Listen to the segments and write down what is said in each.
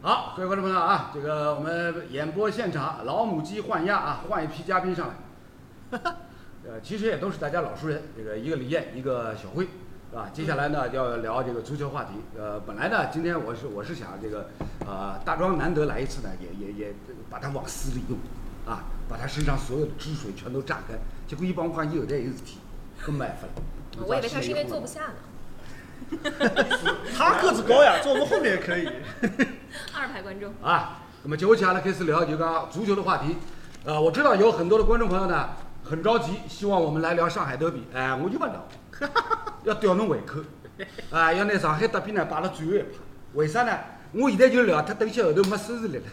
好，各位观众朋友啊，这个我们演播现场老母鸡换鸭啊，换一批嘉宾上来。呃，其实也都是大家老熟人，这个一个李艳，一个小辉，是吧？接下来呢，要聊这个足球话题。呃，本来呢，今天我是我是想这个，呃，大庄难得来一次呢，也也也把它往死里用，啊，把他身上所有的汁水全都榨干。结果一帮话一有这一提，更埋伏了。我以为他是因为坐不下呢。他个子高呀，坐我们后面也可以。二排观众，啊，那么接下来开始聊这个足球的话题。呃，我知道有很多的观众朋友呢很着急，希望我们来聊上海德比。哎，我就不聊，要吊侬胃口。啊，要拿上海德比呢摆了最后一排。为啥呢？我现在就聊，他等一歇后头没收视率了，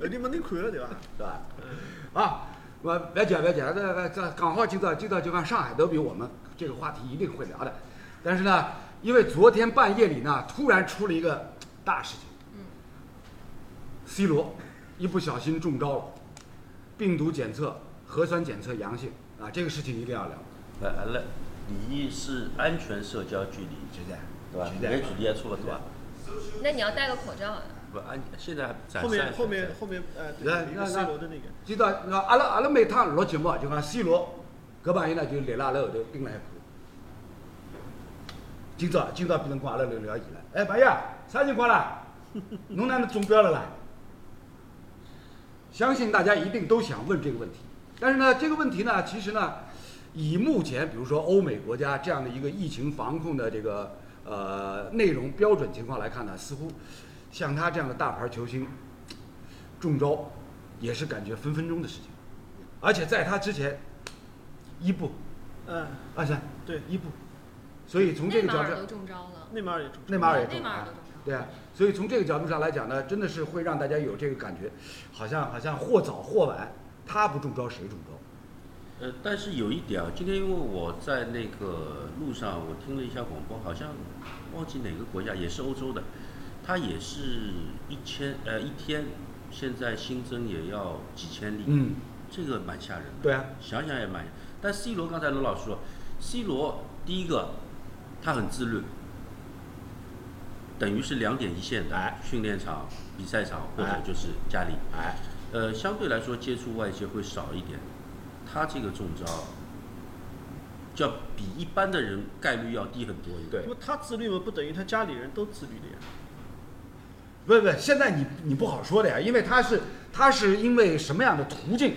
呃你们能看了对吧？对吧？啊，我不要紧，不要紧，这这这刚好今早今早就看上海德比，我们这个话题一定会聊的。但是呢，因为昨天半夜里呢，突然出了一个大事情，C 罗一不小心中招了，病毒检测、核酸检测阳性啊，这个事情一定要聊。来来来，礼仪是安全社交距离，现在，对吧？现你在跟距离还差不多啊，那你要戴个口罩啊。不安现在还暂时后面安全后面后面呃，那对，一那个 C 罗那的那个，，就到那阿拉阿拉每趟录节目啊就讲 C 罗，搿朋友呢就立辣阿拉后头盯了一看。今朝啊今朝变成光阿拉聊聊伊了。哎，朋友，啥情况啦？侬哪能中标了啦？相信大家一定都想问这个问题，但是呢，这个问题呢，其实呢，以目前比如说欧美国家这样的一个疫情防控的这个呃内容标准情况来看呢，似乎像他这样的大牌球星中招，也是感觉分分钟的事情。而且在他之前，伊布、嗯，阿三对，伊布，所以从这内个马角尔度都，中招了，内马尔也中。内马尔也中内马尔都啊中招对啊，所以从这个角度上来讲呢，真的是会让大家有这个感觉，好像好像或早或晚，他不中招谁中招？呃，但是有一点啊，今天因为我在那个路上，我听了一下广播，好像忘记哪个国家，也是欧洲的，它也是一千呃一天，现在新增也要几千例，嗯，这个蛮吓人的。对啊，想想也蛮。但 C 罗刚才罗老师说，C 罗第一个他很自律，等于是两点一线的，训练场、比赛场或者哎就是家里。哎，呃，相对来说接触外界会少一点，他这个中招，就要比一般的人概率要低很多。对那么他自律嘛，不等于他家里人都自律的呀。不是不是，现在你你不好说的呀，因为他是他是因为什么样的途径，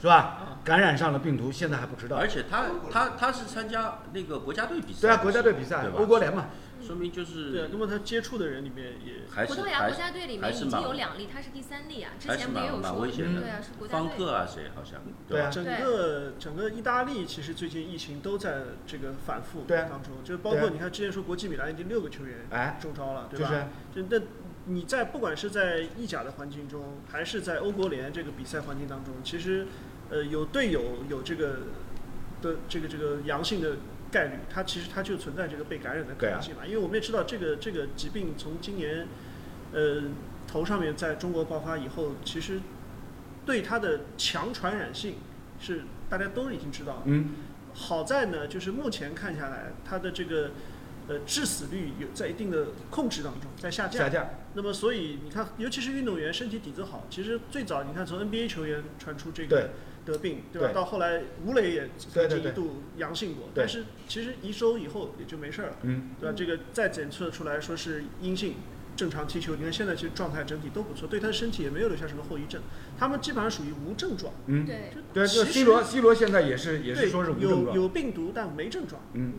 是 吧？感染上了病毒，现在还不知道而。且他他他是参加那个国家队比赛，对啊，国家队比赛对，吧？欧国联嘛，说明就嗯对啊是，那么他接触的人里面也，还是葡萄牙还国是家队里还面已是经蛮有两例，他是第三例啊，之还是前不也蛮有蛮说危险的对啊，是国家方队。克啊谁好像对啊吧？整对个整个意大利其实最近疫情都在这个反复对啊当中，就是包对啊括你看之前说国际米兰已经六个球员哎，中招了，对就吧？是就那你在不管是在意甲的环境中，还是在欧国联这个比赛环境当中，其实呃有队友有这个的这个这个阳性的概率，它其实它就存在这个被感染的可啊能性嘛。因为我们也知道这个这个疾病从今年呃头上面在中国爆发以后，其实对它的强传染性是大家都已经知道的。嗯，好在呢，就是目前看下来，它的这个呃致死率有在一定的控制当中，在下降。下降，那么所以你看，尤其是运动员身体底子好，其实最早你看从 NBA 球员传出这对个得病，对吧？对到后来吴磊也对曾对经一对度阳性过，对但是其实一周以后也就没事儿了，嗯，对吧？这个再检测出来说是阴性。正常踢球，你看现在其实状态整体都不错，对他的身体也没有留下什么后遗症，他们基本上属于无症状。嗯，对，就对，就其 C 实罗，C 罗现在也是也是对说是无症有状，有病毒但没症状，嗯，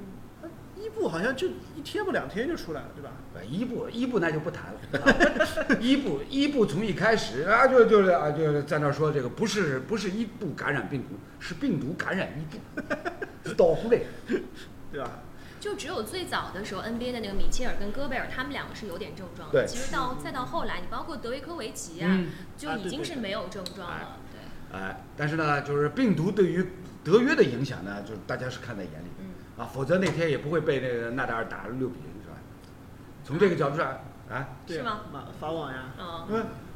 伊布好像就一天不两天就出来了，对吧？呃伊布伊布那就不谈了， 伊布伊布从一开始啊就就是啊就是在那儿说这个不是不是伊布感染病毒，是病毒感染伊布，是倒 过来的，对吧？就只有最早的时候，NBA 的那个米切尔跟戈贝尔，他们两个是有点症状对的。其实到再到后来，你包括德维科维奇啊，嗯就啊已对经对是对没有症状哎了。对，哎，但是呢，就是病毒对于德约的影响呢，就是大家是看在眼里嗯，的啊，否则那天也不会被那个纳达尔打了六比零是吧？从这个角度上啊，对是吗啊？法法网呀，嗯，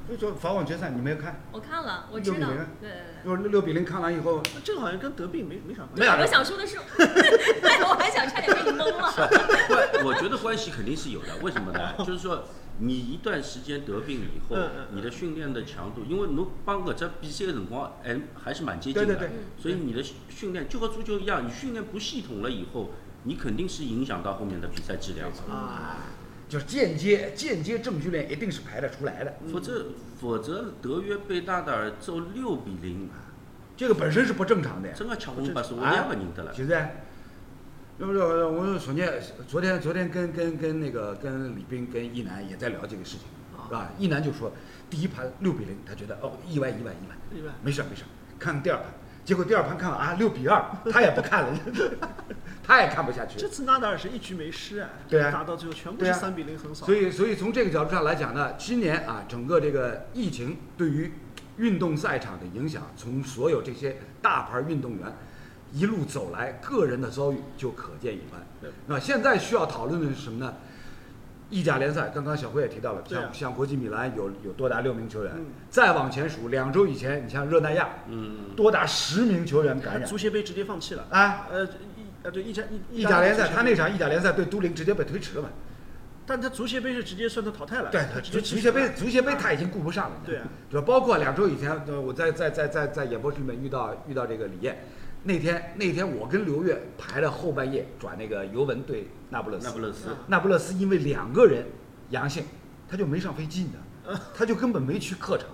那就说法网决赛你没有看，我看了，我知六比道零啊。对对就是六比零看完以后，那这个好像跟得病没没啥关没系。对，有我想说 的是，哎，我还想差点被你蒙了。 关，我觉得关系肯定是有的。为什么呢？就是说，你一段时间得病以后嗯嗯，嗯你的训练的强度，因为侬帮搿只比赛的辰光，哎，还是蛮接近对对嗯的嗯对，所以你的训练就和足球一样，你训练不系统了以后，你肯定是影响到后面的比赛质量的。啊，就是间接间接正训练一定是排得出来的，否嗯则，否则德约贝纳达尔做六比零，这个本身是不正常的呀，真的吃红八是啊我也不认得了。就是噻。要不要我们昨天昨天昨天跟跟跟那个跟李斌跟一楠也在聊这个事情，是吧？一楠就说第一盘六比零，他觉得哦意外意外意外，意外没事儿没事儿，看第二盘，结果第二盘看了啊六比二，他也不看了， 他也看不下去。这次纳达尔是一局没失哎，对啊打到最后全部对是啊三比零横扫，所以，所以从这个角度上来讲呢，今年啊，整个这个疫情对于运动赛场的影响，从所有这些大牌运动员一路走来，个人的遭遇就可见一斑对。那现在需要讨论的是什么呢？意甲联赛，刚刚小辉也提到了，对啊像像国际米兰有有多达六名球员嗯，再往前数，两周以前，你像热那亚，嗯，多达十名球员感染足协杯直接放弃了。啊。呃，意呃对意甲意意甲联足赛，协杯他那场意甲联赛对都灵直接被推迟了嘛？但他足协杯是直接算他淘汰了，对他，直足接足踢协出来杯，足协杯他已经顾不上了。对啊对吧？包括两周以前，呃我在在在在在演播室里面遇到遇到这个李艳，那天那天我跟刘越排了后半夜转那个尤文对那不勒斯，那不勒斯，那不勒斯因为两个人阳性，他就没上飞机，你知道吗？他就根本没去客场。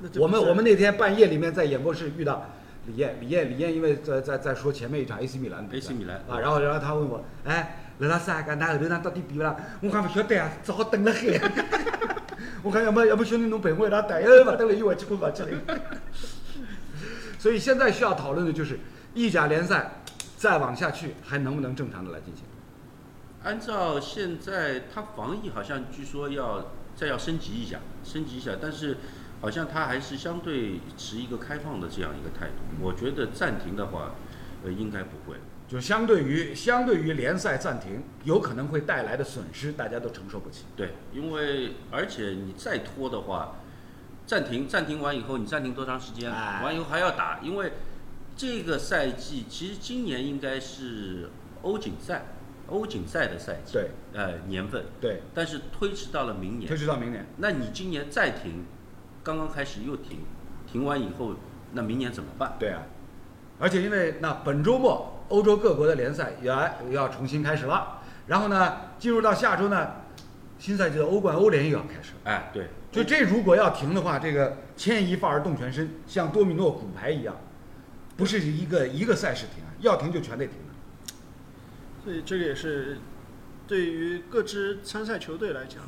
那这我们比赛我们那天半夜里面在演播室遇到李艳，李艳李艳因为在在在说前面一场 AC 米兰的比赛 AC 米兰啊，然后然后他问我，哎，刘老师啊，搿㑚后头㑚到底比勿啦？我讲勿晓得啊，只好等辣海。 我讲要么要么兄弟侬陪我一道等，哎，勿等了，伊回去困觉去了。 所以现在需要讨论的就是意甲联赛再往下去还能不能正常的来进行？按照现在他防疫好像据说要再要升级一下，升级一下，但是好像他还是相对持一个开放的这样一个态度。我觉得暂停的话，呃，应该不会。就相对于相对于联赛暂停，有可能会带来的损失，大家都承受不起。对，因为而且你再拖的话，暂停暂停完以后，你暂停多长时间？哎完以后还要打，因为这个赛季其实今年应该是欧锦赛，欧锦赛的赛季，对，呃，年份，对，但是推迟到了明年推。迟到明年。那你今年再停，刚刚开始又停，停完以后，那明年怎么办？对啊，而且因为那本周末欧洲各国的联赛也要重新开始了，然后呢，进入到下周呢，新赛季的欧冠、欧联又要开始了。哎，对，就这如果要停的话，这个牵一发而动全身，像多米诺骨牌一样，不是一个一个赛事停啊，要停就全得停了。所以这个也是对于各支参赛球队来讲，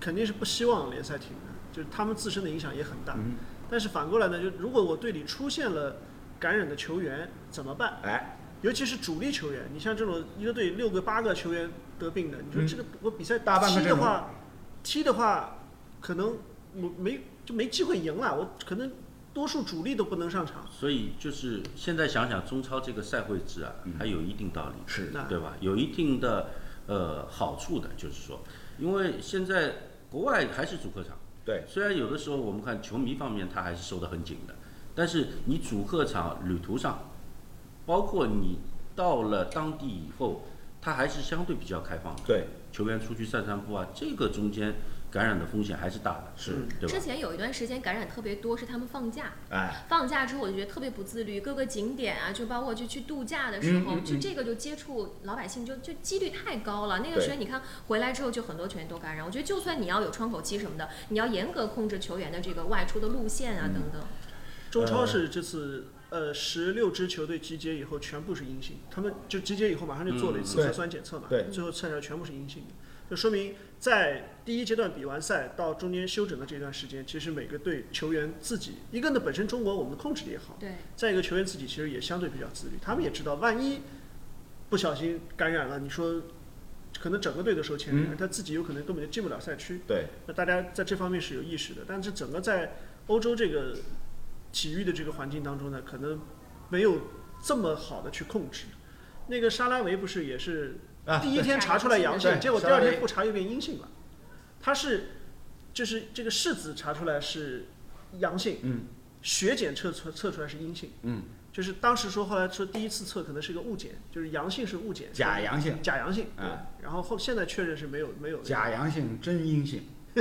肯定是不希望联赛停的，就是他们自身的影响也很大。嗯，但是反过来呢，就如果我队里出现了感染的球员怎么办？哎，尤其是主力球员，你像这种一个队六个八个球员得病的，你说嗯这个我比赛大半个踢阵的容话，踢的话，可能我没就没机会赢了，我可能多数主力都不能上场。所以就是现在想想中超这个赛会制啊，还有一定道理。是那对吧？有一定的呃好处的，就是说，因为现在国外还是主客场，对，虽然有的时候我们看球迷方面他还是收得很紧的，但是你主客场旅途上，包括你到了当地以后，它还是相对比较开放的，对，球员出去散散步啊，这个中间感染的风险还是大的，是嗯对吧之？前有一段时间感染特别多，是他们放假，哎，放假之后我就觉得特别不自律，各个景点啊，就包括就去度假的时嗯候，嗯嗯就这个就接触老百姓就就几率太高了。那个对时候你看回来之后就很多球员都感染，我觉得就算你要有窗口期什么的，你要严格控制球员的这个外出的路线嗯啊等等。中超是这次呃十六支球队集结以后全部是阴性，他们就集结以后马上就做了一次嗯对核酸检测嘛，对最后测出来全部是阴性的，就说明在第一阶段比完赛到中间休整的这段时间，其实每个队球员自己一个呢本身中国我们控制的也好，对，再一个球员自己其实也相对比较自律，他们也知道万一不小心感染了，你说。可能整个队都受牵嗯连，他自己有可能根本就进不了赛区。对，那大家在这方面是有意识的，但是整个在欧洲这个体育的这个环境当中呢，可能没有这么好的去控制。那个沙拉维不是也是啊第一天查出来阳对性，结果第沙拉二维天复查又变阴性了。他是就是这个拭子查出来是阳性，嗯血检测出测出来是阴性，嗯，就是当时说，后来说第一次测可能是个误解，就是阳性是误解，假阳性、假阳性，对啊。然后后现在确认是没有没有的假阳性、真阴性。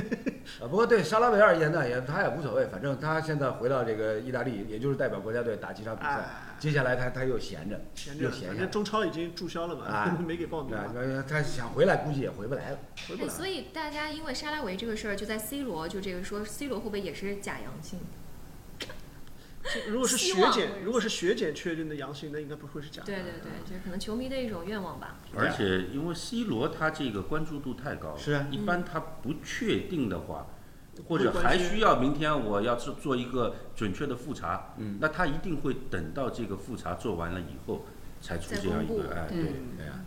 呃，不过对沙拉维而言呢，也他也无所谓，反正他现在回到这个意大利，也就是代表国家队打几场比赛，哎接下来他他又闲着，闲着又呢，闲反下正来，中超已经注销了嘛，哎 没给报名啊嘛，，他想回来估计也回不来了。回不哎，来。所以大家因为沙拉维这个事儿，就在 C 罗就这个说 C 罗会不会也是假阳性？这如果是希学望检会，如果是学检确定的阳性，那应该不会是假的。对对嗯对，就是可能球迷的一种愿望吧。而且因为 C 罗他这个关注度太高了，是啊一般他不确定的话，或会者关还心需要明天我要做做一个准确的复查，嗯那他一定会等到这个复查做完了以后才出再这样一公布个哎，对对对呀、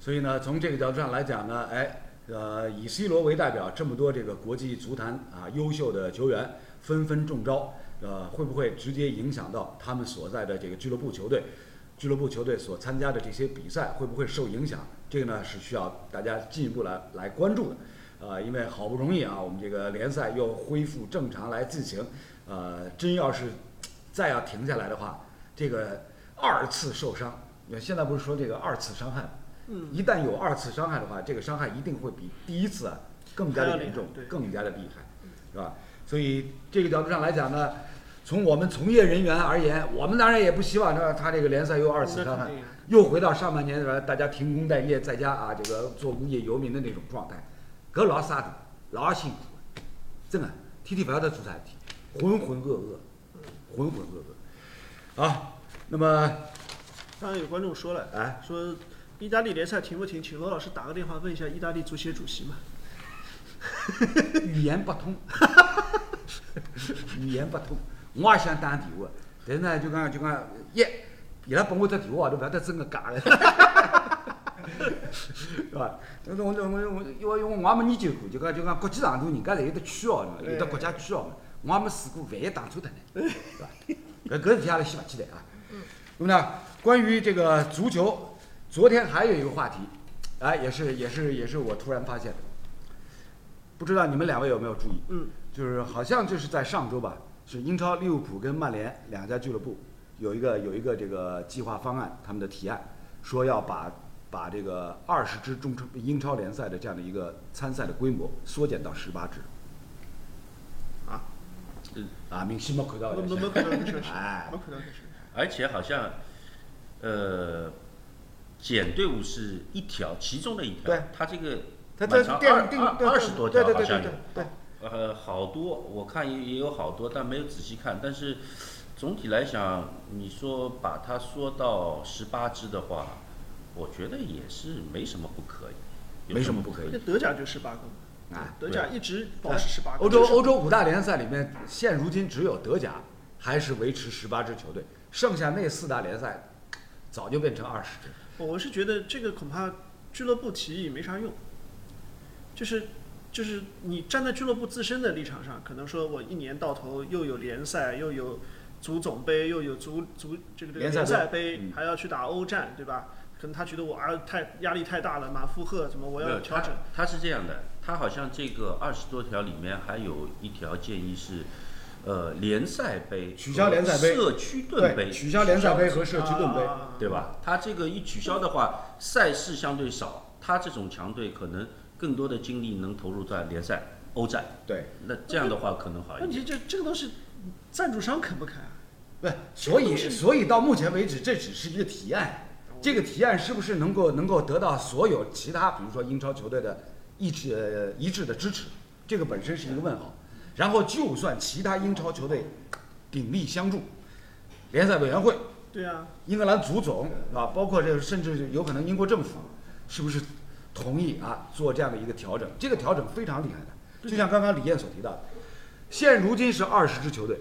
所以呢，从这个角度上来讲呢，哎，呃，以 C 罗为代表，这么多这个国际足坛啊优秀的球员纷纷中招，呃，会不会直接影响到他们所在的这个俱乐部球队？俱乐部球队所参加的这些比赛会不会受影响？这个呢是需要大家进一步来来关注的，呃，因为好不容易啊，我们这个联赛又恢复正常来进行，呃，真要是再要停下来的话，这个二次受伤，呃现在不是说这个二次伤害吗？嗯，一旦有二次伤害的话，这个伤害一定会比第一次啊更加还要的厉严害重对，更加的厉害，是吧？所以这个角度上来讲呢，从我们从业人员而言，我们当然也不希望他他这个联赛又二次伤那害肯定啊，又回到上半年的大家停工待业，在家啊这个做无业游民的那种状态，搿老啥的，老辛苦了，真的，天天不晓得做啥事体，浑浑噩噩，浑浑噩噩。好，那么刚刚有观众说了，哎，说意大利联赛停不停？请罗老师打个电话问一下意大利足协主席嘛。 语言不通，语言不通，我也想打电话，但是呢，就讲就讲一，伊拉拨我只电话，我都勿晓得真个假 个，是吧？那我我我我因为因为我也没研究过，就讲就讲国际长途，人家侪有得区号呢，有得国家区号呢，我也没试过，万一打错脱呢，是吧？搿搿事体阿拉先勿期待啊。那么呢，关于这个足球，昨天还有一个话题，哎，也是也是也是我突然发现的，不知道你们两位有没有注意？嗯，就是好像就是在上周吧，是英超利物浦跟曼联两家俱乐部有一个有一个这个计划方案，他们的提案说要把把这个二十支中超英超联赛的这样的一个参赛的规模缩减到十八支。啊，啊，明显没看到的没没没看到这 个事实，哎没看到这个事实。而且好像，呃，减队伍是一条，其中的一条，对他这个他满这长定二定二对二十多对条对好对对像对有。对，呃，好多，我看也也有好多，但没有仔细看。但是总体来讲，你说把它缩到十八支的话，我觉得也是没什么不可以，有没什么么不可以那德甲就十八个，啊，德甲一直保持十八个。哎欧洲就是欧洲五大联赛里面，现如今只有德甲还是维持十八支球队，剩下那四大联赛早就变成二十支。我是觉得这个恐怕俱乐部提议没啥用，就是就是你站在俱乐部自身的立场上，可能说我一年到头又有联赛，又有足总杯，又有足足这个这个联赛联杯赛杯，嗯还要去打欧战，对吧？可能他觉得我啊太压力太大了，满负荷，怎么我没要有调他整？他是这样的，他好像这个二十多条里面还有一条建议是，呃，联赛杯取消联赛杯和社区盾杯取消联赛杯和社区盾杯。啊对吧？他这个一取消的话，赛事相对少，他这种强队可能更多的精力能投入在联赛、欧战，对，那这样的话可能好一问题点。这这个东西，赞助商肯不肯啊？不，所以这个东西所以到目前为止，这只是一个提案。这个提案是不是能够能够得到所有其他，比如说英超球队的一致呃一致的支持？这个本身是一个问号。然后，就算其他英超球队鼎力相助，联赛委员会对啊，英格兰足总啊，包括这个甚至有可能英国政府，是不是同意啊做这样的一个调整？这个调整非常厉害的，就像刚刚李燕所提到的，现如今是二十支球队，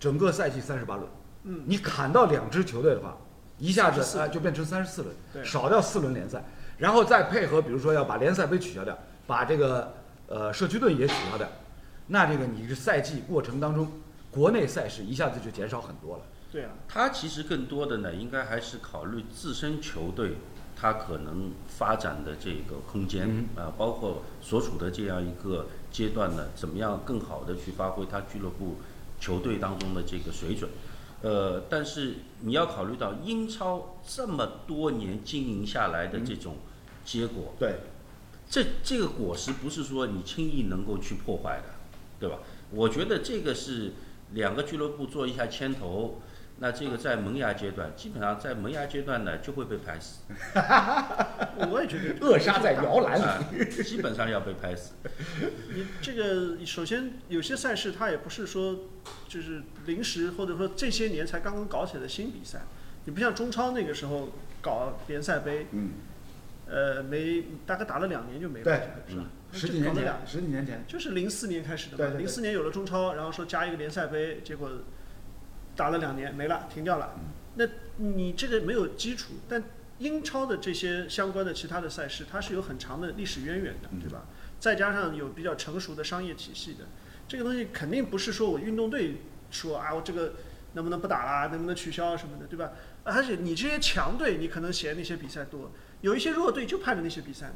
整个赛季三十八轮，嗯你砍到两支球队的话，一下子啊就变成三十四对轮，少掉四轮联赛，然后再配合比如说要把联赛杯取消掉，把这个呃社区盾也取消掉，那这个你这赛季过程当中，国内赛事一下子就减少很多了。对 啊，他其实更多的呢，应该还是考虑自身球队他可能发展的这个空间嗯啊、包括所处的这样一个阶段呢，怎么样更好的去发挥他俱乐部球队当中的这个水准。呃，但是你要考虑到英超这么多年经营下来的这种结果，对，这这个果实不是说你轻易能够去破坏的，对吧？我觉得这个是两个俱乐部做一下牵头，那这个在萌芽阶段，基本上在萌芽阶段呢就会被拍死，我也觉得扼杀 在摇篮里。啊，基本上要被拍死。你这个首先有些赛事它也不是说就是临时或者说这些年才刚刚搞起来的新比赛，你不像中超那个时候搞联赛杯，嗯，呃，没大概打了两年就没了，对嗯是吧？十几年就搞了前两，十几年前，就是零四年开始的对嘛，对对零四年有了中超，然后说加一个联赛杯，结果打了两年没了，停掉嗯了。那你这个没有基础，但英超的这些相关的其他的赛事，它是有很长的历史渊源的，嗯对吧？再加上有比较成熟的商业体系的，这个东西肯定不是说我运动队说啊，我这个能不能不打啦，能不能取消啊什么的，对吧？而且你这些强队，你可能嫌那些比赛多，有一些弱队就盼着那些比赛呢。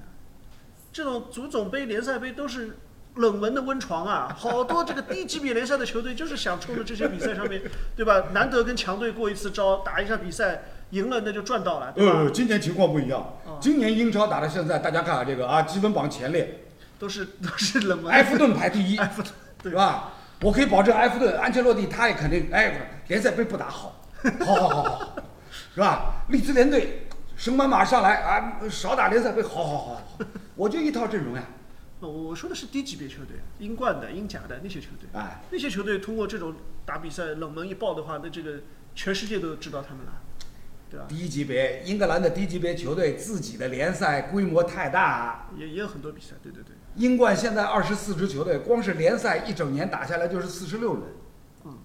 这种足总杯、联赛杯都是冷门的温床啊，好多这个低级别联赛的球队就是想冲着这些比赛上面，对吧？难得跟强队过一次招，打一下比赛，赢了那就赚到了，对吧？呃，今年情况不一样哦，今年英超打到现在，大家看看这个啊，积分榜前列，都是都是冷门。埃弗顿排第一，埃弗顿对对吧？我可以保证，埃弗顿安切洛蒂他也肯定，哎，联赛杯不打好，好好好好，是吧？利兹联队升班马上来啊，少打联赛杯，好好好好，我就一套阵容呀，我呃我说的是低级别球队，英冠的、英甲的那些球队，哎，那些球队通过这种打比赛冷门一爆的话，那这个全世界都知道他们了，对吧？低级别英格兰的低级别球队自己的联赛规模太大，啊也也有很多比赛，对对对，英冠现在二十四支球队，光是联赛一整年打下来就是四十六轮，嗯，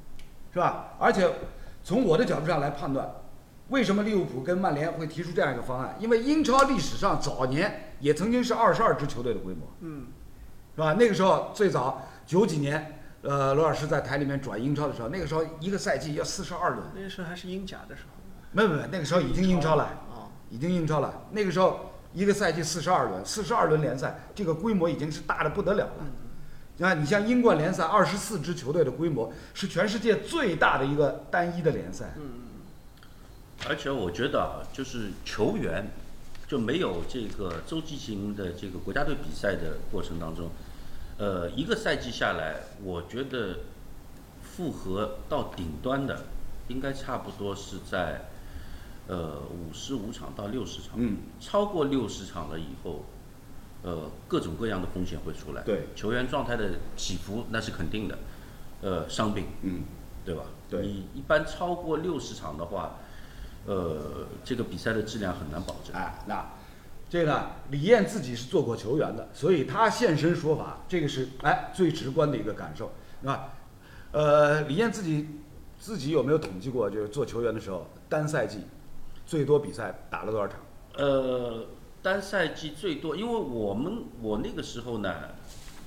是吧？而且从我的角度上来判断，为什么利物浦跟曼联会提出这样一个方案？因为英超历史上早年也曾经是二十二支球队的规模，嗯，是吧？那个时候最早九几年，呃，罗尔师在台里面转英超的时候，那个时候一个赛季要四十二轮，那个时候还是英甲的时候，没有没有，那个时候已经英超了，啊，已经英超了。那个时候一个赛季四十二轮，四十二轮联赛这个规模已经是大的不得了了。啊，你像英冠联赛二十四支球队的规模是全世界最大的一个单一的联赛。而且我觉得啊，就是球员就没有这个洲际型的这个国家队比赛的过程当中，呃，一个赛季下来，我觉得复合到顶端的应该差不多是在呃五十五场到六十场，嗯，超过六十场了以后，呃，各种各样的风险会出来，对，球员状态的起伏那是肯定的，呃，伤病，嗯，对吧？对你一般超过六十场的话，呃，这个比赛的质量很难保证。哎，那这个李艳自己是做过球员的，所以他现身说法，这个是哎最直观的一个感受，是吧？呃，李艳自己自己有没有统计过，就是做球员的时候，单赛季最多比赛打了多少场？呃，单赛季最多，因为我们我那个时候呢，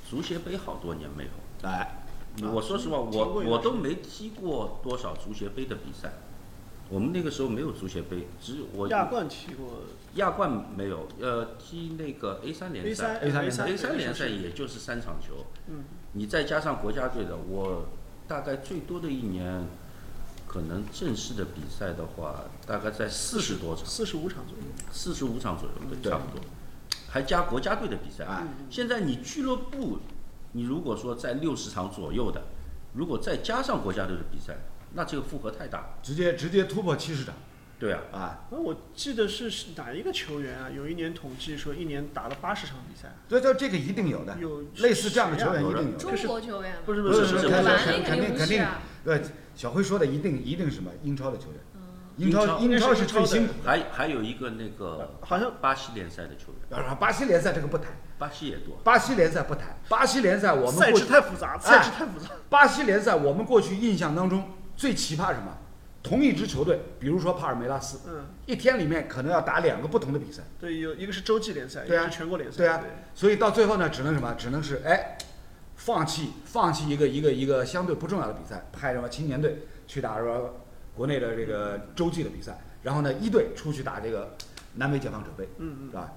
足协杯好多年没有。哎，啊我说实话，听我过一我段都没踢过多少足协杯的比赛。我们那个时候没有足协杯，只有我亚冠踢过亚冠没有，呃，踢那个 A 三联 A 赛三 A3 联赛 A 三三联赛是也就是三场球，嗯，你再加上国家队的，我大概最多的一年，可能正式的比赛的话，大概在四十多场，四十五场左右，四十五场左右，对嗯对，差不多，还加国家队的比赛。哎啊现在你俱乐部，你如果说在六十场左右的，如果再加上国家队的比赛，那这个负荷太大。直接直接突破七十场对啊，啊！那我记得是是哪一个球员啊？有一年统计说一年打了八十场比赛，这这这个一定有的，有啊类似这样的球员一定有。中国球员嘛不是不是不是古不是兰肯那肯定定不肯是定啊，呃，小辉说的一定一定是什么？英超的球员，英英超超英超是英超最的辛苦还还有一个那个好像巴西联赛的球员，的。啊，巴西联赛这个不谈，巴西也多。巴西联赛不谈，巴西联赛我们哎赛过制去太复杂，赛制太复杂。巴西联赛我们过去印象当中最奇葩什么？同一支球队，比如说帕尔梅拉斯，嗯，一天里面可能要打两个不同的比赛，对，有一个是洲际联赛，一对啊个是全国联赛，对啊，所以到最后呢，只能什么？只能是哎，放弃放弃一个一个一个相对不重要的比赛，派什么青年队去打什么国内的这个洲际的比赛，然后呢，一队出去打这个南美解放者杯，嗯是吧？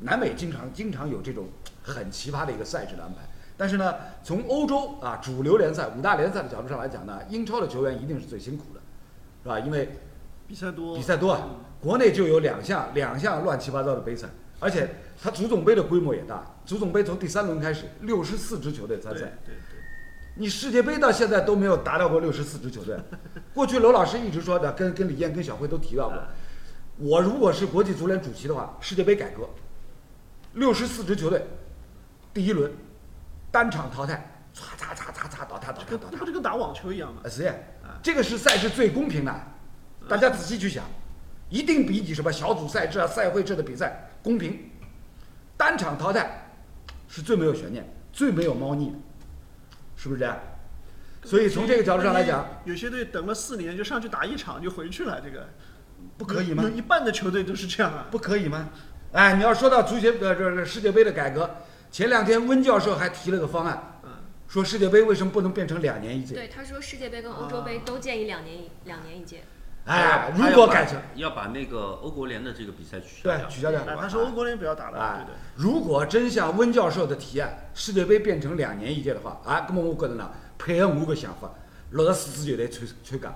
南美经常经常有这种很奇葩的一个赛制的安排，但是呢，从欧洲啊主流联赛五大联赛的角度上来讲呢，英超的球员一定是最辛苦的，是吧？因为比赛多，比赛多啊，国内就有两项两项乱七八糟的杯赛，而且它足总杯的规模也大，足总杯从第三轮开始，六十四支球队对参对赛，对，你世界杯到现在都没有达到过六十四支球队。过去娄老师一直说的，跟跟李艳、跟小辉都提到过，我如果是国际足联主席的话，世界杯改革，六十四支球队，第一轮单场淘汰，唰嚓嚓嚓嚓淘汰淘汰跟淘这汰不。就跟打网球一样吗？呃，实验啊，这个是赛事最公平的，大家仔细去想，一定比你什么小组赛制啊、赛会制的比赛公平。单场淘汰是最没有悬念、最没有猫腻的，是不是这样？所以从这个角度上来讲，，有些队等了四年就上去打一场就回去了，这个不可以吗有有一半的球队都是这样啊。不可以吗？哎，你要说到足协呃这这世界杯的改革，前两天温教授还提了个方案，嗯，说世界杯为什么不能变成两年一届？对，他说世界杯啊跟欧洲杯都建议两年一两年一届。哎，他如要果把改成要把那个欧国联的这个比赛取消 啊对取消掉哎，他说欧国联不要打了，哎对，如果真像温教授的提案，世界杯变成两年一届的话，啊，那么我觉得呢，配合我个想法，六十四支球队参参加，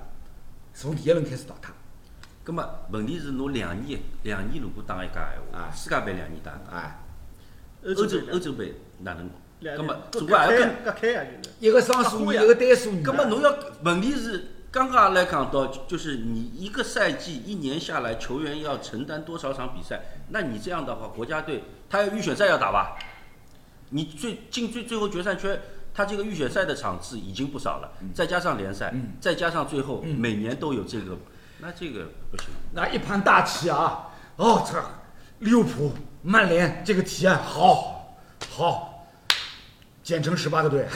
从第一轮开始淘汰。那么问题是，侬两年两年如果打一家闲话，啊世界杯两年打一家，哎，对，哎欧洲两欧洲杯哪能？两那么两总各归还要跟开各开呀，啊就是一个双数啊女，会啊一个单数女。那么侬要问题是，刚刚来讲到，就是你一个赛季一年下来，球员要承担多少场比赛？那你这样的话，国家队他要预选赛要打吧？你最进最最后决赛圈，他这个预选赛的场次已经不少了，再加上联赛，嗯再加上最后、嗯每年都有这个，那这个不行。那一盘大棋啊！哦，这利物浦、曼联这个提案好，好，减成十八个 队，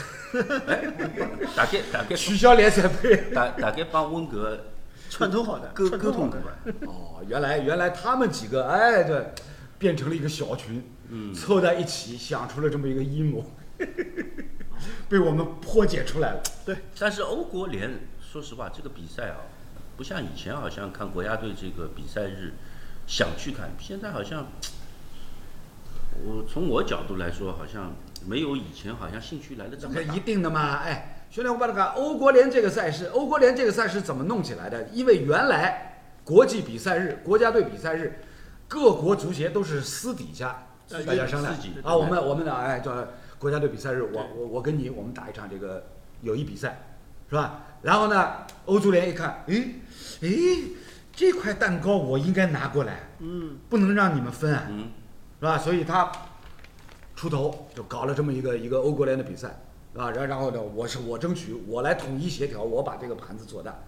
大概大概取消联赛杯。大大概帮温格串通好的，沟串沟好通的过。吧。哦，原来原来他们几个，哎，对，变成了一个小群，嗯凑在一起想出了这么一个阴谋， 被我们破解出来了。对，但是欧国联，说实话，这个比赛啊，不像以前好像看国家队这个比赛日想去看，现在好像，我从我角度来说，好像没有以前好像兴趣来的这这么个大一。定的嘛，哎，兄弟，我把这个欧国联这个赛事，欧国联这个赛事怎么弄起来的？因为原来国际比赛日、国家队比赛日，各国足协都是私底下呃大家商量自己啊，我们我们的哎叫国家队比赛日，我我我跟你我们打一场这个友谊比赛，是吧？然后呢，欧足联一看，诶诶，这块蛋糕我应该拿过来，嗯，不能让你们分啊，嗯，是吧？所以他出头就搞了这么一个一个欧国联的比赛，是吧？然然后呢，我是我争取我来统一协调，我把这个盘子做大，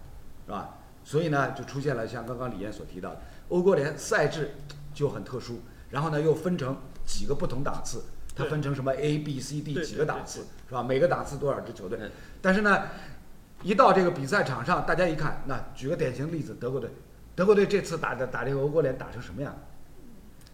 是吧？所以呢，就出现了像刚刚李岩所提到的，欧国联赛制就很特殊，然后呢又分成几个不同档次，它对分成什么 A、B、C、D 对几个对档对次，是吧？每个档次多少支球队嗯？但是呢，一到这个比赛场上，大家一看，那举个典型例子，德国队，德国队这次打的打这个欧国联打成什么样？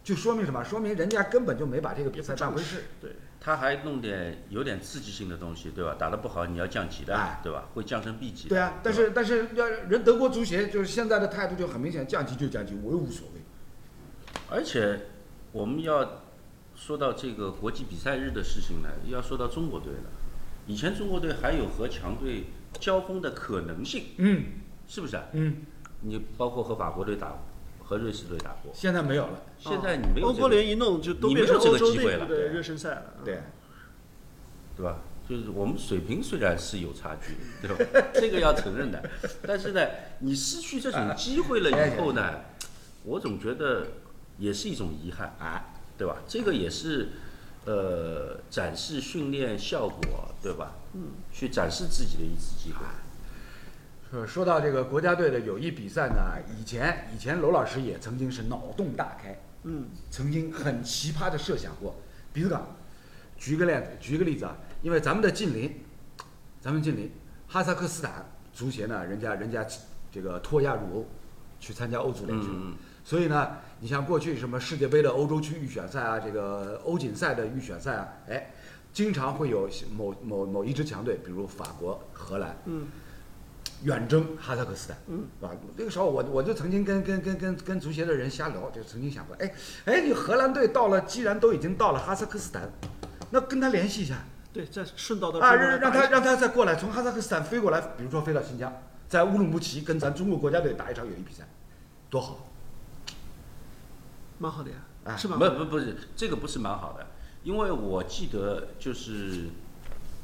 就说明什么？说明人家根本就没把这个比赛当回事。对，他还弄点有点刺激性的东西，对吧？打得不好你要降级的哎，对吧？会降成 B 级的。对啊，但吧是但是要人德国足协就是现在的态度就很明显，降级就降级，我又无所谓。而且我们要说到这个国际比赛日的事情呢，要说到中国队了。以前中国队还有和强队交锋的可能性，嗯是不是啊？嗯，你包括和法国队打，和瑞士队打过，现在没有了。现在你没有、哦欧这个、国联一弄就都你变没成有这欧个洲机内会部了的对热身赛了。啊对，对吧？就是我们水平虽然是有差距，对吧？这个要承认的。但是呢，你失去这种机会了以后呢，我总觉得也是一种遗憾。啊，对吧？这个也是，呃，展示训练效果，对吧？嗯，啊去展示自己的一次机会。说说到这个国家队的友谊比赛呢，以前以前娄老师也曾经是脑洞大开，嗯，曾经很奇葩的设想过。比如讲，举个例子，举个例子啊，因为咱们的近邻，咱们近邻哈萨克斯坦足协呢，人家人家这个脱亚入欧，去参加欧足联去了。嗯嗯所以呢，你像过去什么世界杯的欧洲区预选赛啊，这个欧锦赛的预选赛啊，哎，经常会有某某某一支强队，比如法国、荷兰，嗯，远征哈萨克斯坦，嗯，是吧？那个时候我我就曾经跟跟跟跟跟足协的人瞎聊，就曾经想过，哎哎，你荷兰队到了，既然都已经到了哈萨克斯坦，那跟他联系一下对，再顺道到啊，中国来让让打一他场让他再过来，从哈萨克斯坦飞过来，比如说飞到新疆，在乌鲁木齐跟咱中国国家队打一场友谊比赛，多好！蛮好的呀，哎是吧？不不不是，这个不是蛮好的，因为我记得就是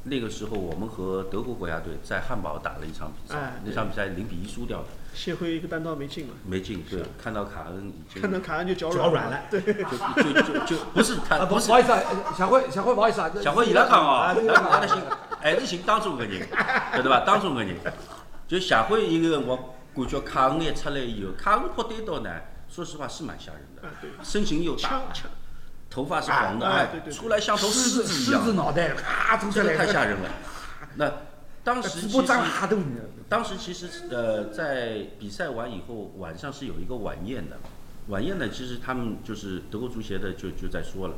那个时候我们和德国国家队在汉堡打了一场比赛，哎那场比赛零比一输掉了，谢辉一个单刀没进嘛，没进。对，看到卡恩已经看到卡恩就脚脚软了。了。就就就就不是他，啊，不不不是好意思啊，小辉，小辉，不好意思啊，小辉伊拉讲哦啊，伊拉讲还行，还是寻当中个人，晓得伐？当中个人，就夏辉伊个辰光，感觉卡恩一出来以后，卡恩跑单刀呢，说实话是蛮吓人的啊，对，身形又大枪，枪头发是黄的，啊哎对对，对出来像头狮狮子子一狮样子，脑袋，咔走出这来，个太吓人了。那当时直其播实张哈都你。当时其实呃，在比赛完以后，晚上是有一个晚宴的。晚宴呢，其实他们就是德国足协的就就在说了，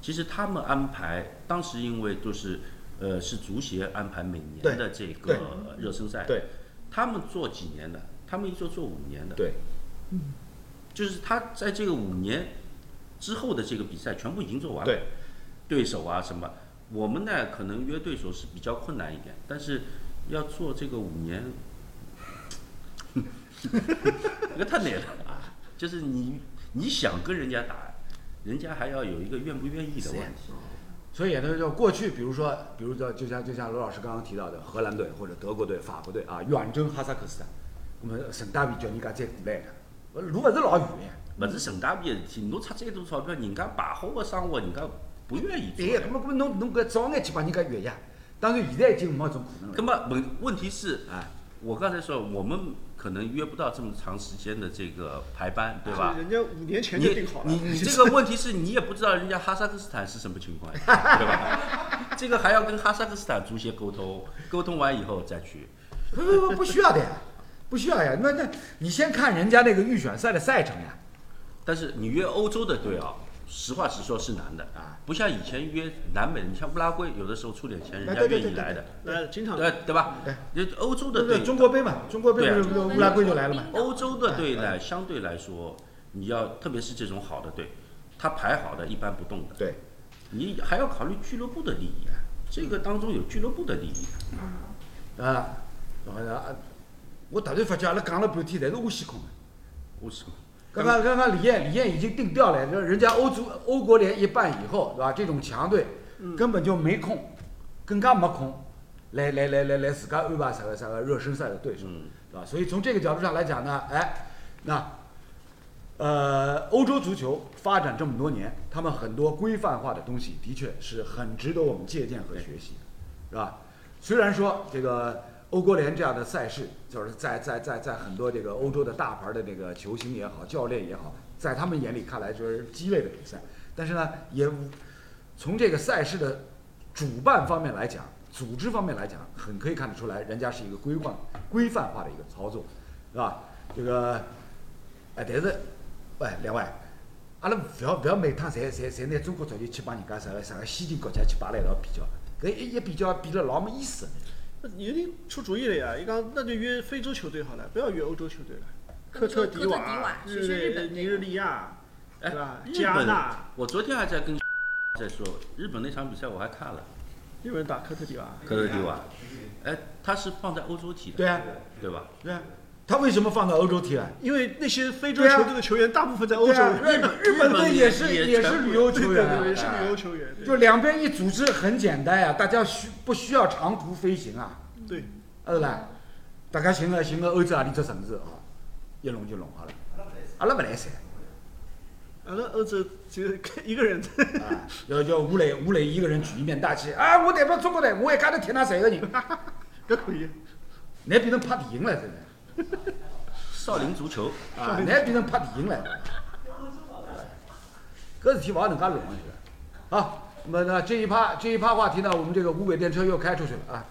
其实他们安排当时因为就是呃是足协安排每年的这对个呃热身赛，对他们做几年的，他们一做做五年的，对，就是他在这个五年之后的这个比赛全部已经做完了，对，对手啊什么，我们呢可能约对手是比较困难一点，但是要做这个五年，这个太难了啊！就是你你想跟人家打，人家还要有一个愿不愿意的问题，所以也就是说过去，比如说，比如说，就像就像罗老师刚刚提到的，荷兰队或者德国队、法国队啊，远征哈萨克斯坦，那么沈大比叫人家再过来的，呃路还是老远的。不是成大便的事体。侬出再多钞票，人家摆好的生活，人家不愿意做对，呀。哎那么那么侬侬搿早眼去把人家越呀，当然现在已经没搿种可能那了。么问问题是，哎，我刚才说我们可能约不到这么长时间的这个排班，对吧？人家五年前你就定好 了。你你 这个问题是你也不知道人家哈萨克斯坦是什么情况，对吧？ 这个还要跟哈萨克斯坦足协沟通，沟通完以后再去。不不不，不需要的呀，不需要呀。那那你先看人家那个预选赛的赛程呀，但是你约欧洲的队啊，实话实说是难的啊，不像以前约南美，你像乌拉圭，有的时候出点钱人家哎对对愿对意来的，呃，经常对对吧对？嗯就欧洲对的不对？队，中国杯嘛，中国杯对啊不是乌拉圭就来了嘛。欧洲的队哎呢，相对来说，你要特别是这种好的队，他排好的一般不动的，对，你还要考虑俱乐部的利益，啊这个当中有俱乐部的利益。啊，啊，我突然发觉阿拉讲了半天，侪是乌西控的。为什么？刚刚刚刚李艳李艳已经定调了，就是人家欧足欧国联一办以后，对吧？这种强队根本就没空，更加没空来来来来来自家安排啥个啥个热身赛的对手，嗯对吧？所以从这个角度上来讲呢，哎，那呃，欧洲足球发展这么多年，他们很多规范化的东西的确是很值得我们借鉴和学习，是吧？虽然说这个欧国联这样的赛事，就是在在在在很多这个欧洲的大牌的这个球星也好，教练也好，在他们眼里看来就是鸡肋的比赛，但是呢，也从这个赛事的主办方面来讲，组织方面来讲，很可以看得出来，人家是一个规范规范化的一个操作，是吧？这个，哎，但是，喂，两位，阿拉啊不要不要每趟侪侪侪拿中国足球去帮人家啥个啥个先进国家去摆辣一道比较，搿一一比较比了老没意思。有点出主意了呀！一讲那就约非洲球队好了，不要约欧洲球队了。科特迪科特迪瓦瓦、学学日本尼日利亚，哎对吧？日加本纳，，我昨天还在跟在说，日本那场比赛我还看了，日本打科特迪瓦，科特迪瓦，哎，他是放在欧洲踢的，对啊，对吧？对啊，他为什么放到欧洲踢啊？因为那些非洲对啊球队的球员大部分在欧对洲，啊，日本日本队也是也也全是部旅游对球对员对啊，对，是旅游球员，就两边一组织很简单啊呀、大家需不需要长途飞行啊？对。啊是啦，大家寻个寻个欧洲何里只城市啊，一弄就弄好了。啊阿拉勿来三，完了，欧洲只有一个人， 啊，要叫吴磊，吴磊一个人举一面大旗，啊，我代表中国队，我一家头踢哪十一个人，搿可以。那变成拍电影了，真的，少林足球，啊，那变成拍电影了。搿事体勿好能介弄啊，这个。好，那么呢这一趴这一趴话题呢，我们这个无轨电车又开出去了啊，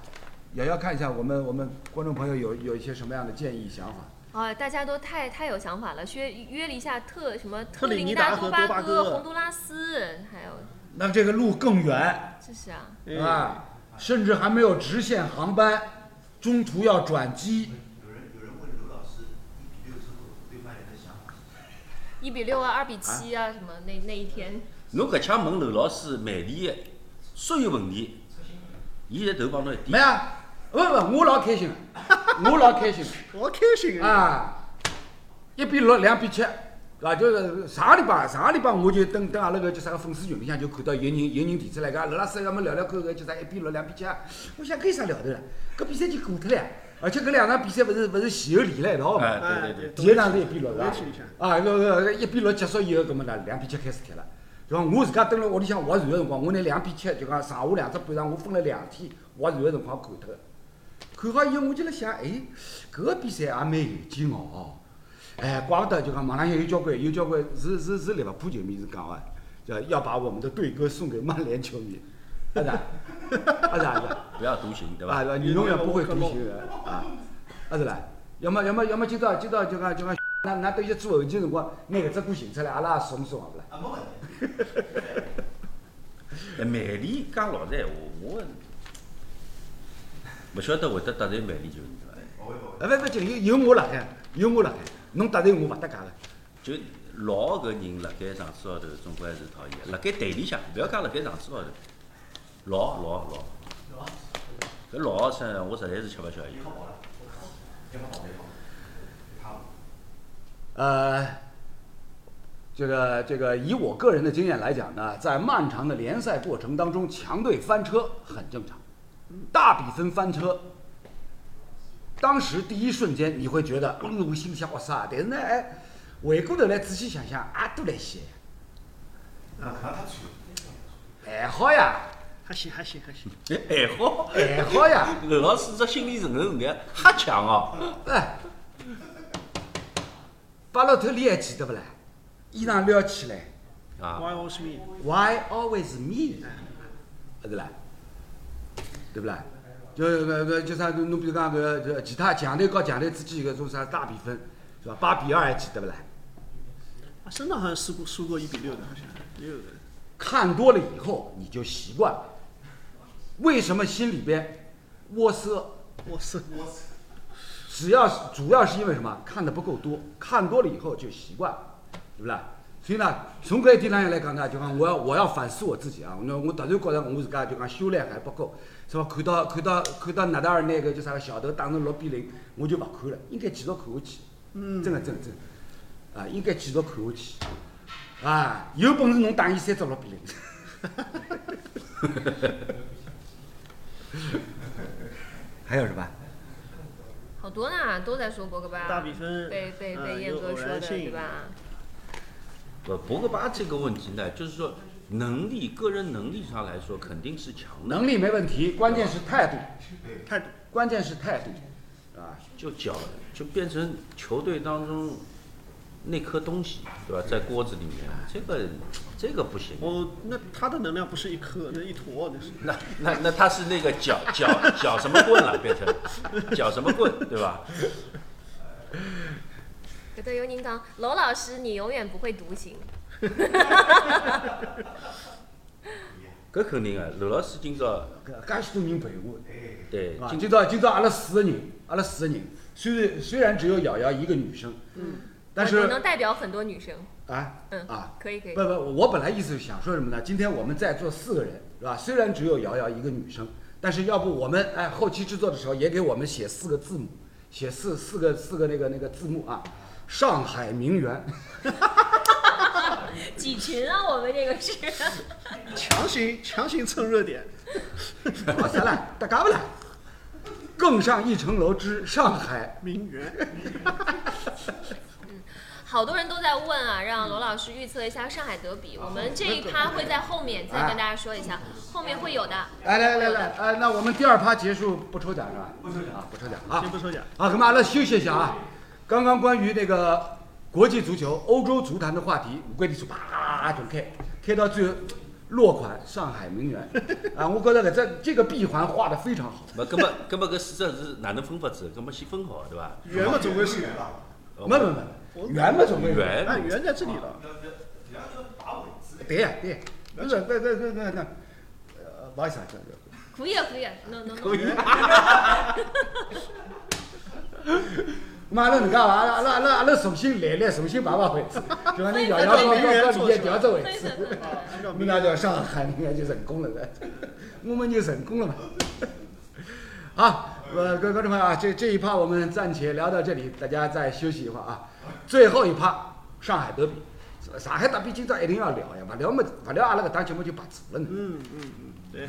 也要看一下我们我们观众朋友有有一些什么样的建议想法。啊，大家都太太有想法了，约约了一下特什么特特立立尼尼达达、和多巴多巴哥、哥洪都拉斯，还有那么这个路更远，这是啊，哎，啊，甚至还没有直线航班，中途要转机。有人有人问刘老师一比六之后对曼联的想法，一比六啊、二比七啊什么那那一天，侬搿腔问刘老师曼联的所有问题，伊侪头帮侬一没点。 啊，不不，我老开心的，我老开心。哎我开心啊！啊，一比六，两比七，是吧？就是上个礼拜，上个礼拜我就登登阿拉个叫啥个粉丝群里向就看到有人有人提出来讲，刘老师，咱们聊聊看搿叫啥一比六，两比七啊。我想搿有啥聊头啦？搿比赛就过脱了呀，而且搿两场比赛勿是勿是前后连了一道嘛？哎，对对对，第一场是一比六是吧回去一下？啊，搿个一比六结束以后，搿么呢两比七开始踢了。就讲我自家蹲辣屋里向划船个辰光，我拿两比七就讲上下两只半场，我分了两天划船个辰光看脱个。看好以后，我就辣想，哎，搿个比赛也蛮有劲哦。哎，怪不得就讲网浪向有交关有交关是是是利物浦球迷是讲个，叫要把我们的队歌送给曼联球迷， 是吧？是啊是啊。不要独行，对啊，吧？对吧？你永远不会独行的啊，啊是啦。要么要么要么，今朝今朝就讲就讲，那那等一些做后期的辰光，拿搿只歌寻出来，阿拉也送送好勿啦？啊，没问题。哎，曼联讲老实闲话，我勿晓得会得得罪曼联球迷伐？不会不会。啊，勿勿紧，有有我辣海，有我辣海，侬搭对我勿搭界个。就老搿人辣盖场子高头，总归是讨厌。辣盖队里向，勿要讲辣盖场子高头，老老老，搿老生我实在是吃勿消伊。别好跑了，别好跑，别好跑。他呃，这个这个，以我个人的经验来讲呢，在漫长的联赛过程当中，强队翻车很正常，大比分翻车。当时第一瞬间你会觉得，嗯，我心里想，哇塞！但是呢，哎，回过头来仔细想想，也都来啊些，他他去，还哎好呀，还行还行还行，还哎好，还好呀。刘老师这心理承受能力哈强哦。哎，巴洛特利还记得不啦？衣裳撩起来啊， Why was me？ ，Why always me？不是啦，对不啦？就搿搿就啥？侬比如讲搿搿其他强队和强队之间搿种啥大比分是吧？八比二还记得不啦？啊，真的好像输过输过一比六的，好像也有的。看多了以后你就习惯了。为什么心里边窝塞？我是只要是主要是因为什么？看的不够多，看多了以后就习惯，对不啦？所以呢，从搿一点上来讲呢，就讲我要我要反思我自己啊！那我突然觉着我自家就讲修炼还不够，是吧？看到看到看到纳达尔那个叫啥个小头打成六比零，我就勿看了，应该继续看下去。嗯，真的真的真的，啊，应该继续看下去。啊，有本事侬打伊三只六比零。 还有什么？好多呢，都在说博格巴大比分被被嗯被燕有哥偶说的然性对吧？不，博格巴这个问题呢，就是说能力，个人能力上来说肯定是强的，能力没问题，关键是态度，态度，关键是态度，啊，就脚就变成球队当中那颗东西，对吧？在锅子里面，这个这个不行。哦，那他的能量不是一颗，那一坨那是。那那那他是那个脚脚脚什么棍了，变成脚什么棍，对吧？搿对有人讲，娄老师你永远不会独行，搿肯定啊，刘老师今朝搿介许多人陪我，对啊，今今朝今朝阿拉四个人，阿拉四个人，虽然虽然只有瑶瑶一个女生，嗯，但我是呃能代表很多女生。啊嗯啊，可以可以不。不，我本来意思是想说什么呢？今天我们在座四个人是吧？虽然只有瑶瑶一个女生，但是要不我们哎后期制作的时候也给我们写四个字母，写四四个四个那个那个字幕啊，上海名媛。几群啊，我们这个是。 强行强行蹭热点，好，咱俩大家不来。更上一层楼之上海，名媛。好多人都在问啊，让罗老师预测一下上海德比。我们这一趴会在后面再跟大家说一下，后面会有的。来来来来，哎，那我们第二趴结束不抽奖是吧？不抽奖啊，不抽奖啊。先不抽奖好，那么阿拉休息一下啊。刚刚关于那个国际足球、欧洲足坛的话题，五个地区啪就开，开到最后落款上海名媛啊，我觉得搿只这个闭环画的非常好。没，搿么搿么搿四只是哪能分法子？搿么先分好，对吧？圆嘛总归是远圆，吧？没没没，圆嘛总归是。哦圆哎，圆在这里了。对呀对呀，不是不是不是不是不是，呃，不好意思啊，这这。可以啊，可以啊，no no no。妈，阿拉能介伐？阿拉阿拉阿拉阿拉重新来来，重新排排位置，就讲你摇摇到到到里面调只位置，明那叫 上海，明那就成功了的，我们就成功了嘛。好，呃，各位观众朋友啊，这这一趴我们暂且聊到这里，大家再休息一会儿啊。最后一趴，上海德比，上海德比今朝一定要聊呀，不聊么，不聊阿拉搿档节目就白做了呢。嗯嗯嗯，对。